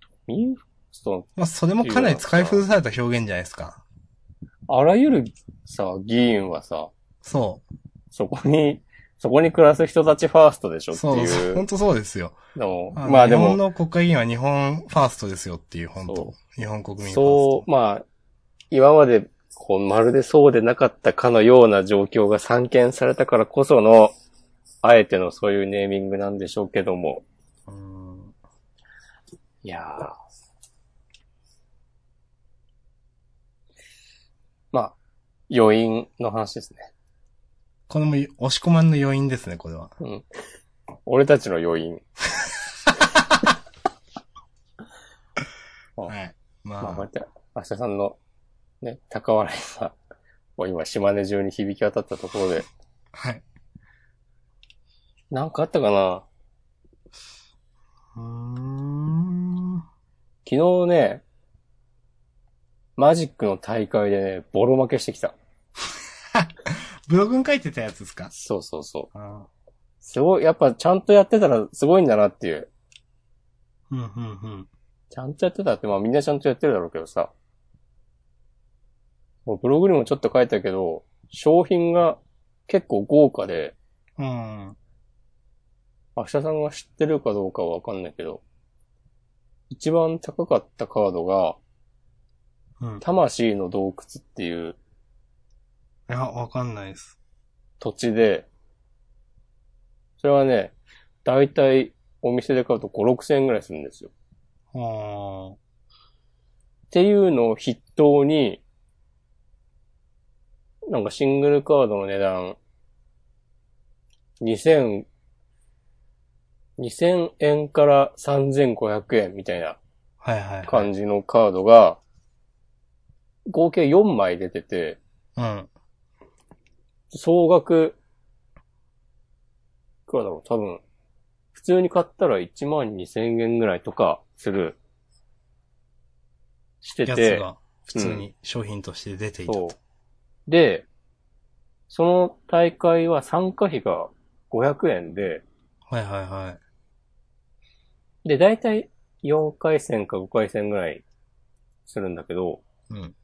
都民ファーストまあ、それもかなり使い古された表現じゃないですか。あらゆるさ、議員はさ、そそこに、そこに暮らす人たちファーストでしょう。ってそう、いそうう本当そうですよ。のをあのまあで日本も、の国会議員は日本ファーストですよっていう、本そ当日本国民ファースト。そう、まあ、今まで、こう、まるでそうでなかったかのような状況が散見されたからこその、あえてのそういうネーミングなんでしょうけども。うーん。いやーまあ、余韻の話ですね。これも押し込まんの要因ですね、これは。うん。俺たちの余韻。あはい。まあ、こうやまって、明日さんの、ね、高笑いが、もう今、島根中に響き渡ったところで、あ、はい。なんかあったかなうーん。昨日ね、マジックの大会でね、ボロ負けしてきた。ブログに書いてたやつですかそうそうそう。あすごい、やっぱちゃんとやってたらすごいんだなっていう。あ。うん、うん、うん。ちゃんとやってたって、まあみんなちゃんとやってるだろうけどさ。もうブログにもちょっと書いたけど、商品が結構豪華で、うん。明日さんが知ってるかどうかはわかんないけど、一番高かったカードが、うん。い魂の洞窟っていうや、わかんないです。土地で、それはね、だいたいお店で買うと5、6千円ぐらいするんですよ。ああ。っていうのを筆頭に、なんかシングルカードの値段、2000、2000円から3500円みたいなはいはい、はい。感じのカードが、合計4枚出てて、うん。総額、いくらだろう、多分、普通に買ったら1万2000円ぐらいとかする、してやつて、が普通に商品として出ていたと。そう。で、その大会は参加費が500円で、はいはいはい。で、だいたい4回戦か5回戦ぐらいするんだけど、うん。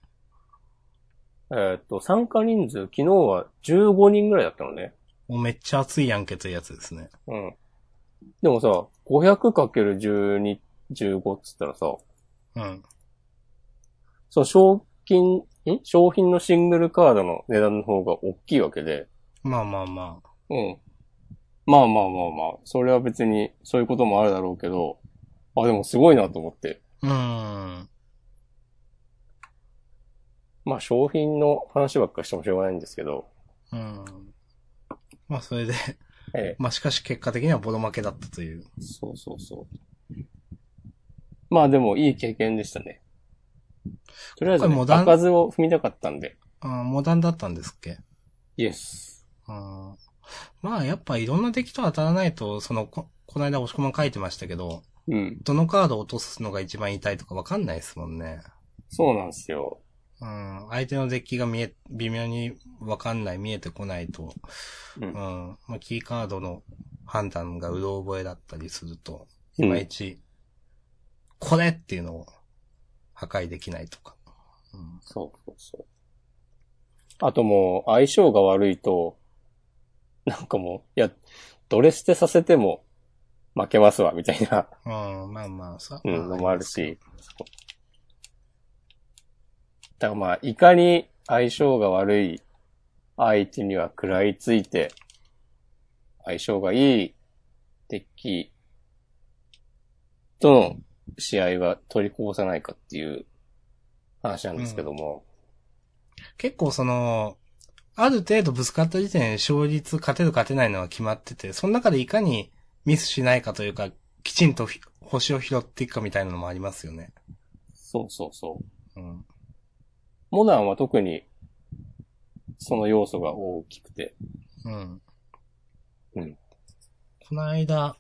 えーっと、参加人数、昨日は15人ぐらいだったのね。もうめっちゃ熱いやんけというやつですね。うん。でもさ、500×12、15っつったらさ、うん。その賞金、ん商品のシングルカードの値段の方が大きいわけで、まあまあまあ。うん。まあまあまあまあ、それは別にそういうこともあるだろうけど、あ、でもすごいなと思って。うーん。まあ商品の話ばっかりしてもしょうがないんですけど、うん。まあそれで、えまあしかし結果的にはボロ負けだったという。え、そうそうそう。まあでもいい経験でしたね。とりあえ今回ず、ね、モダン開かずを踏みたかったんで、あーモダンだったんですっけイエス。うん。まあやっぱいろんな敵と当たらないと、その、こ、この間押し込まん書いてましたけど、うん。どのカードを落とすのが一番痛いとかわかんないですもんね。そうなんですよ。うん。相手のデッキが見え、微妙にわかんない、見えてこないと、ううんん。まあ、キーカードの判断がうろ覚えだったりすると、うんいまいち、これっていうのを破壊できないとか。うん。そうそうそう。あともう、相性が悪いと、なんかもう、いや、ドレステさせても負けますわ、みたいな、うん、まあまあ、さ。うまん、のもある。し。そうだからまあ、いかに相性が悪い相手には食らいついて、相性がいい敵との試合は取りこぼさないかっていう話なんですけども。結構その、ある程度ぶつかった時点で勝率勝てる勝てないのは決まってて、その中でいかにミスしないかというか、きちんとひ星を拾っていくかみたいなのもありますよね。そうそうそう。うん。モダンは特に、その要素が大きくて。うん。うん。この間、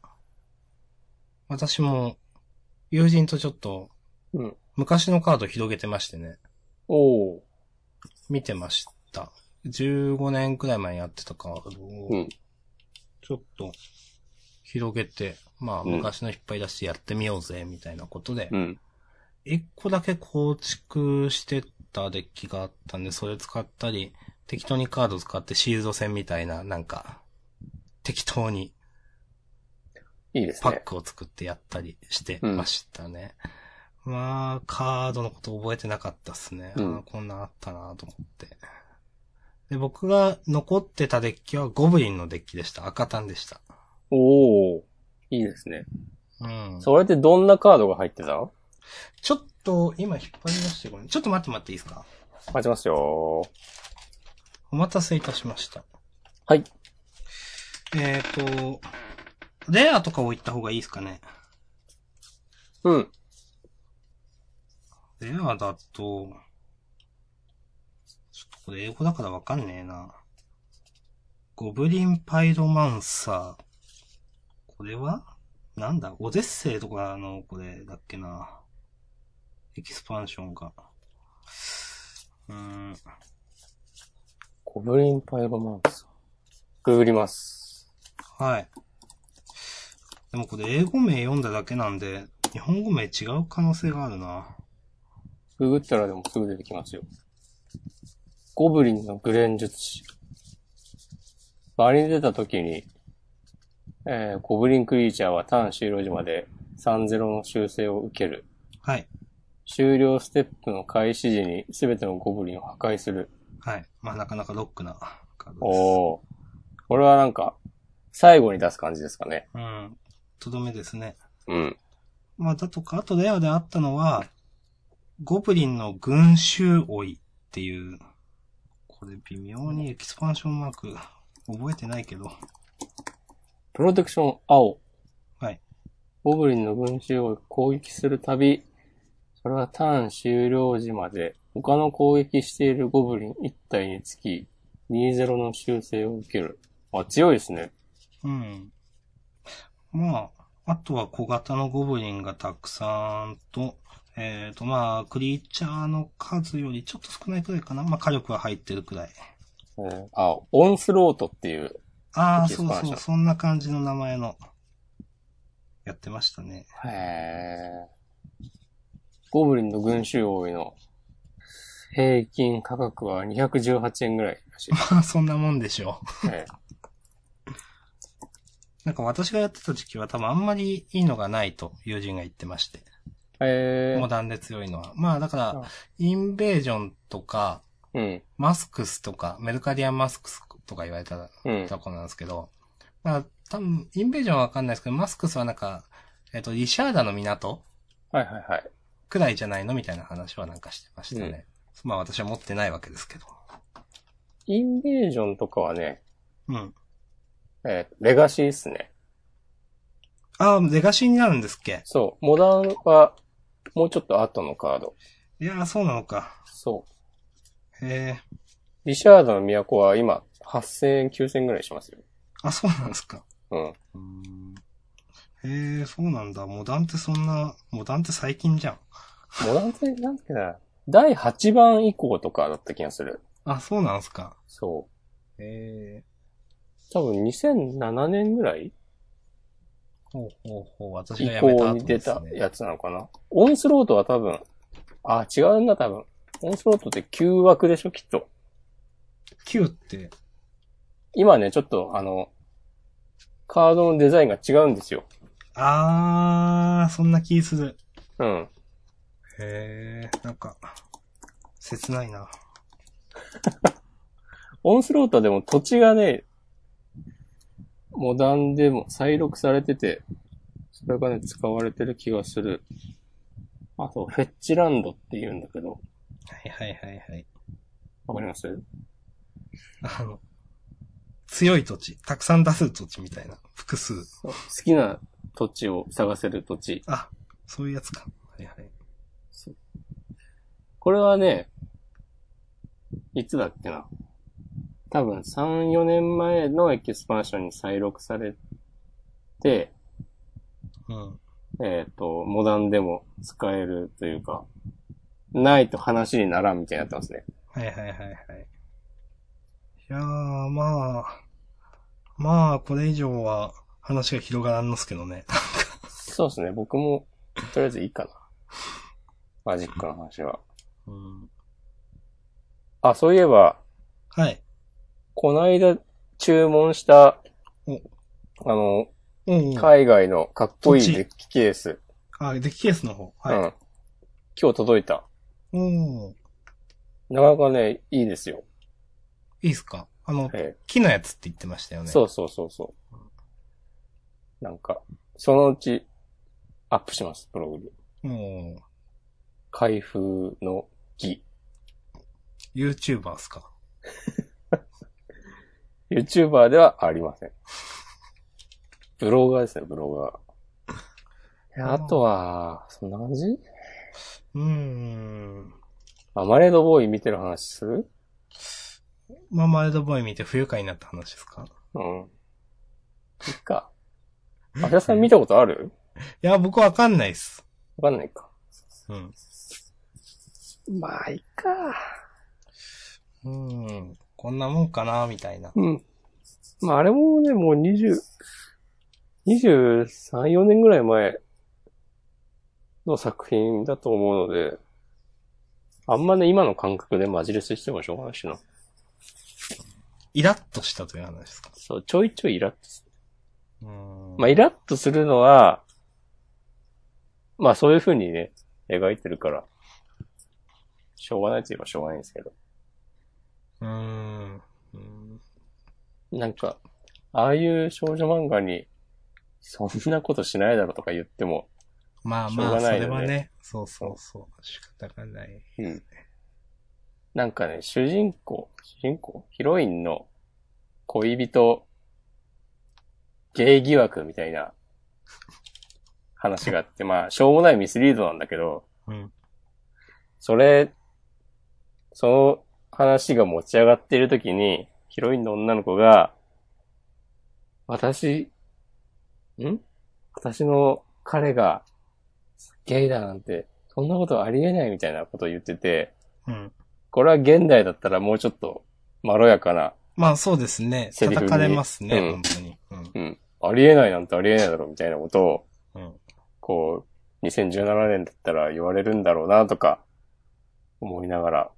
私も、友人とちょっと、うん。昔のカード広げてましてね。おお。見てました。15年くらい前にやってたカードうをん、ちょっと、広げて、まあ、うん昔の引っ張り出してやってみようぜ、みたいなことで、うん。一個だけ構築してったデッキがあったんで、それ使ったり、適当にカード使ってシールド戦みたいな、なんか、適当にいいですパッね。クを作ってやったりしてましたね。まあ、カードのこと覚えてなかったっすね。うんああこんなんあったなと思って。で、僕が残ってたデッキはゴブリンのデッキでした。赤単でした。おお。いいですね。うん。それってどんなカードが入ってたちょっと、今引っ張り出してごめん。ちょっと待って待っていいですか待ちますよお待たせいたしました。はい。えっ、と、レアとか置いた方がいいですかね。ー。うん。レアだと、ちょっとこれ英語だからわかんねえな。ゴブリンパイロマンサー。これはなんだオデッセイとかの、これだっけな。エキスパンションが。うーん。ゴブリンパイロマンス。ググります。はい。でもこれ英語名読んだだけなんで、日本語名違う可能性があるな。ググったらでもすぐ出てきますよ。ゴブリンのグレン術師。場に出た時に、えーゴブリンクリーチャーはターン終了時まで3-0の修正を受ける。はい。終了ステップの開始時に全てのゴブリンを破壊する。はい。まあなかなかロックなカードです。おー。これはなんか、最後に出す感じですかね。うん。とどめですね。うん。まあ、だとか、あとレアであったのは、ゴブリンの群衆追いっていう、これ微妙にエキスパンションマーク、覚えてないけど。プロテクション青。はい。ゴブリンの群衆を攻撃するたび、それはターン終了時まで、他の攻撃しているゴブリン1体につき、2-0の修正を受ける。あ、強いですね。うん。まあ、あとは小型のゴブリンがたくさんと、えっ、とまあ、クリーチャーの数よりちょっと少ないくらいかな。まあ、火力は入ってるくらい。えーあ、オンスロートっていう。ああ、エキスそうパンショそう、ンそんな感じの名前の。やってましたね。 へえ。ゴブリンの群衆王位の平均価格は218円ぐらいらしい。まあ、そんなもんでしょう。ええなんか私がやってた時期は多分あんまりいいのがないと友人が言ってまして。へモダンで強いのは。まあだからあ、インベージョンとか、え。うん。マスクスとか、メルカリアンマスクスとか言われたうん。とこなんですけど、まあ多分、インベージョンはわかんないですけど、マスクスはなんか、えっと、リシャーダの港はいはいはい。くらいじゃないのみたいな話はなんかしてましたね。まあ私は持ってないわけですけど。インベージョンとかはね、うん。えーレガシーですね。ああ、レガシーになるんですっけそう。モダンは、もうちょっと後のカード。いやー、そうなのか。そへえ。う。リシャードの都は今、8000円、9000円ぐらいしますよ。あ、そうなんですか。うん。へえ、そうなんだ。モダンってそんな、モダンって最近じゃん。モダンって、なんだっけな。第8番以降とかだった気がする。あ、そうなんすか。そへえ。う。多分2007年ぐらいほうほうほう。私以が辞めた降後に出です、ねた。やつなのかな。オンスロートは多分、あ、違うんだ多分。オンスロートって9枠でしょ、きっと。 9って。今ね、ちょっとあの、カードのデザインが違うんですよ。あー、そんな気する。うん。へえ、なんか、切ないな。オンスロートはでも土地がね、モダンでも再録されてて、それがね、使われてる気がする。あと、フェッチランドって言うんだけど、はいはいはいはい。わかりますあの、強い土地、たくさん出す土地みたいな。複数。そう好きな土地を探せる土地。あ、そういうやつか。はいはい。これはね、いつだっけな。多分3、4年前のエキスパンションに再録されて、うん。えっ、と、モダンでも使えるというか、ないと話にならんみたいになってますね。はいはいはいはい。いやー、まあ、まあ、これ以上は話が広がらんのすけどね。そうですね。僕も、とりあえずいいかな。マジックの話は。うん、あ、そういえば、はい。こないだ注文したお、あの、うん、うん。海外のかっこいいデッキケース。あ、デッキケースの方。うはん。今日届いた。い。うん。なかなかね、いいですよ。いいっすかあの、え木のやつって言ってましたよえね。そうそうそうそう。なんか、そのうち、アップします、ブログに。う。も開封の儀。う、YouTuber っすか YouTuber ではありません。ブロガーですね、ブロガー。いやあとは、そんな感じうーん。あ、マレードボーイ見てる話するまあ、マイルドボーイ見て不愉快になった話ですかうん。いっか。あ田さん見たことあるいや、僕わかんないっす。わかんないか。うん。まあ、いっか。うーん。こんなもんかな、みたいな。うん。まあ、あれもね、もう20、23、4年ぐらい前の作品だと思うので、あんまね、今の感覚でマジレスしてもしょうがないしな。イラッとしたという話ですかそう、ちょいちょいイラッとすうーん。る。まあ、イラッとするのは、まあ、そういう風にね、描いてるから、しょうがないと言えばしょうがないんですけど。うーん。うーんなんか、ああいう少女漫画に、そんなことしないだろうとか言っても、まあしょうまあ、がそないよねれはね。そうそうそう。仕方がない。うん。なんかね、主人公、主人公ヒロインの恋人、ゲイ疑惑みたいな話があって、まあ、しょうもないミスリードなんだけど、うん。それ、その話が持ち上がっている時に、ヒロインの女の子が、私、ん私の彼がゲイだなんて、そんなことありえないみたいなことを言ってて、うん。これは現代だったらもうちょっとまろやかな、まあそうですね。セリフに叩かれますね、うん本当に。うん。うん、ありえないなんてありえないだろうみたいなことをうんこう、2017年だったら言われるんだろうなとか、思いながら、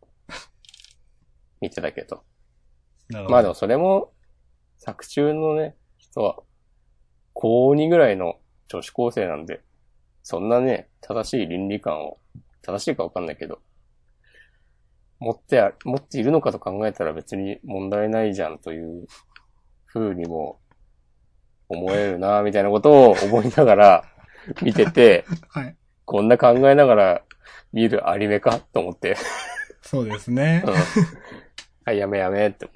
見てたけど。なるほど。まあでもそれも、作中のね、人は、高2ぐらいの女子高生なんで、そんなね、正しい倫理観を、正しいかわかんないけど、持ってあ、持っているのかと考えたら別に問題ないじゃんという風にも思えるな、みたいなことを思いながら見てて、はい。こんな考えながら見るアニメかと思って、そうですねうん。はい、やめやめって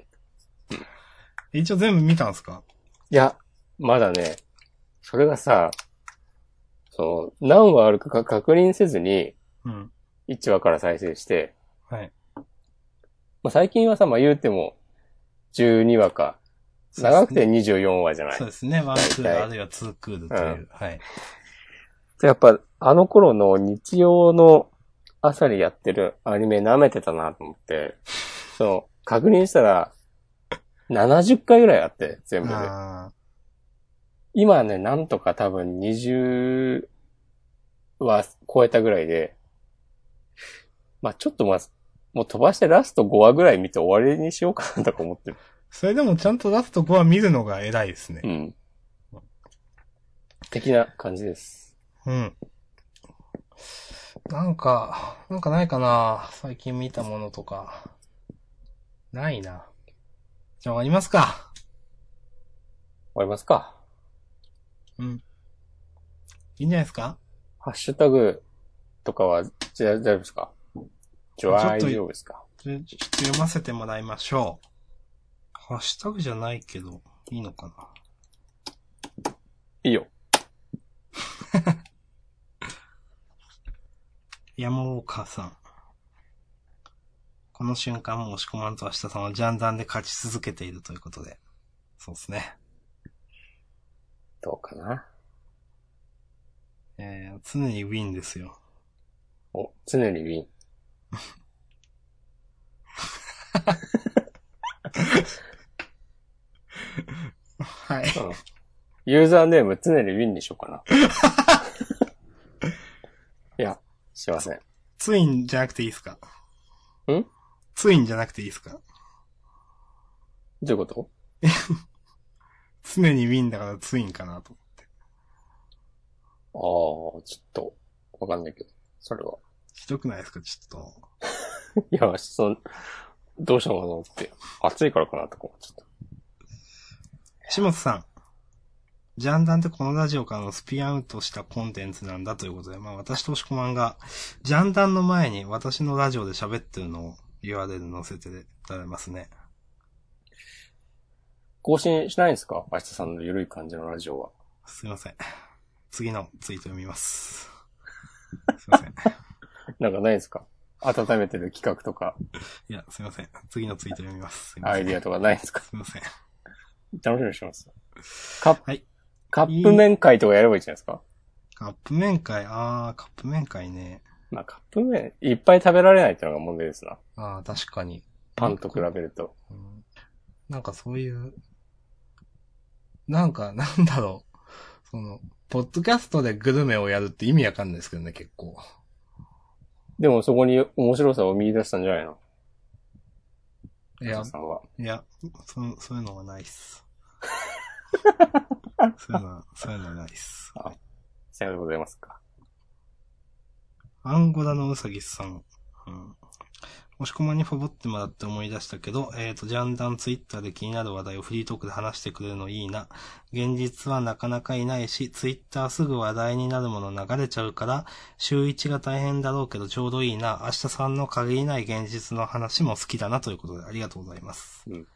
一応全部見たんですかいや、まだね、それがさ、その、何話あるかか確認せずに、うん。 1話から再生して、はい。まあ、最近はさ、まあ、言うても、12話か、長くて24話じゃない。そうですね。ワンクール、あるいはツークールという。はい。やっぱ、あの頃の日曜の朝にやってるアニメ舐めてたなと思って、その、確認したら、70回ぐらいあって、全部で。あ今ね、なんとか多分20は超えたぐらいで、まあちょっとまあ、もう飛ばしてラスト5話ぐらい見て終わりにしようかなとか思ってる。ーそれでもちゃんとラスト5は見るのが偉いですねう。ん。的な感じです。うん。なんか、なんかないかな最近見たものとか。ないな。じゃあ終わりますか。終わりますか。いいんじゃないですかハッシュタグとかは、じゃ大丈夫ですか大丈夫ですかちょちょっと読ませてもらいましょう。ハッシュタグじゃないけど、いいのかないいよ。山岡さん。この瞬間も押し込まんと明日さんはジャンダンで勝ち続けているということで。そうですね。どうかなえー、常にウィンですよ。お、常にウィン。 はい。うん。ユーザーネーム常にウィンにしようか な。いや、すいません。ツインじゃなくていいですかんツインじゃなくていいですかどういうこと常にウィンだからツインかなと。ああ、ちょっと、わかんないけど、それは。ひどくないですかちょっと。 いや、その、どうしたのかなって、暑いからかなとか思っちゃっ下津さん。ジャンダンってこのラジオからのスピンアウトしたコンテンツなんだということで、まあ私と押し込まんが、ジャンダンの前に私のラジオで喋ってるのを URL 載せてられますね。更新しないんですか明日さんの緩い感じのラジオは。すいません。次のツイート読みます。すいません。なんかないんですか温めてる企画とか、いや、すいません。次のツイート読みます。すいまアせイん。ディアとかないんですかすいません。楽しみにしてます。カップ、はいカップ麺会とかやればいいじゃないですかカップ麺会、あー、カップ麺会ね。まあ、カップ麺、いっぱい食べられないってのが問題ですな。あー、確かに。パンと比べると。うんなんかそういう、なんか、なんだろう。その、ポッドキャストでグルメをやるって意味わかんないですけどね、結構。でもそこに面白さを見出したんじゃないのい明や日、さんは。いや、そそういうのはないっ す。そういうのは、そういうのはないっす。さようでございますか。アンゴラのうさぎさん。うん。押し込まにファボってもらって思い出したけど、えっ、と、ジャンダンツイッターで気になる話題をフリートークで話してくれるのいいな。現実はなかなかいないし、ツイッターすぐ話題になるもの流れちゃうから、週一が大変だろうけどちょうどいいな。明日さんの限りない現実の話も好きだなということでありがとうございます。うん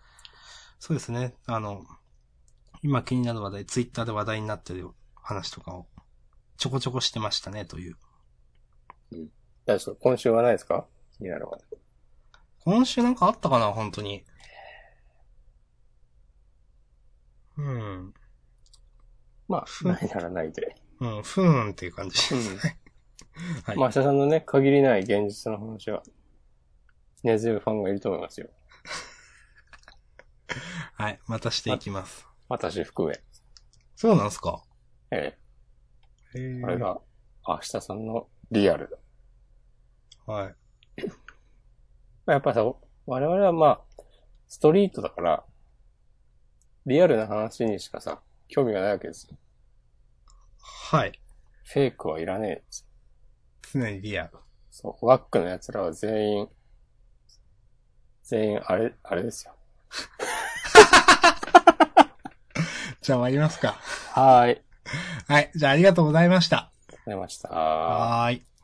そうですね。あの、今気になる話題、ツイッターで話題になってる話とかをちょこちょこしてましたねという。大丈夫ですか今週はないですか気になるわ。今週なんかあったかな、本当に。うん。まあ、ないならないで。うん、ふーんっていう感じ。 はいまあ、明日さんのね、限りない現実の話は、根強いファンがいると思いますよ。はい、またしていきます。私含め。そうなんすかえええ。ーこれが、明日さんのリアルだ。はい。まあやっぱさ、我々はまあ、ストリートだから、リアルな話にしかさ、興味がないわけですよ。はい。フェイクはいらねえんですよ常にリアル。そう、ワックの奴らは全員、全員、あれ、あれですよ。じゃあ終わりますか。はーい。はい。じゃあありがとうございました。出ました。はーい。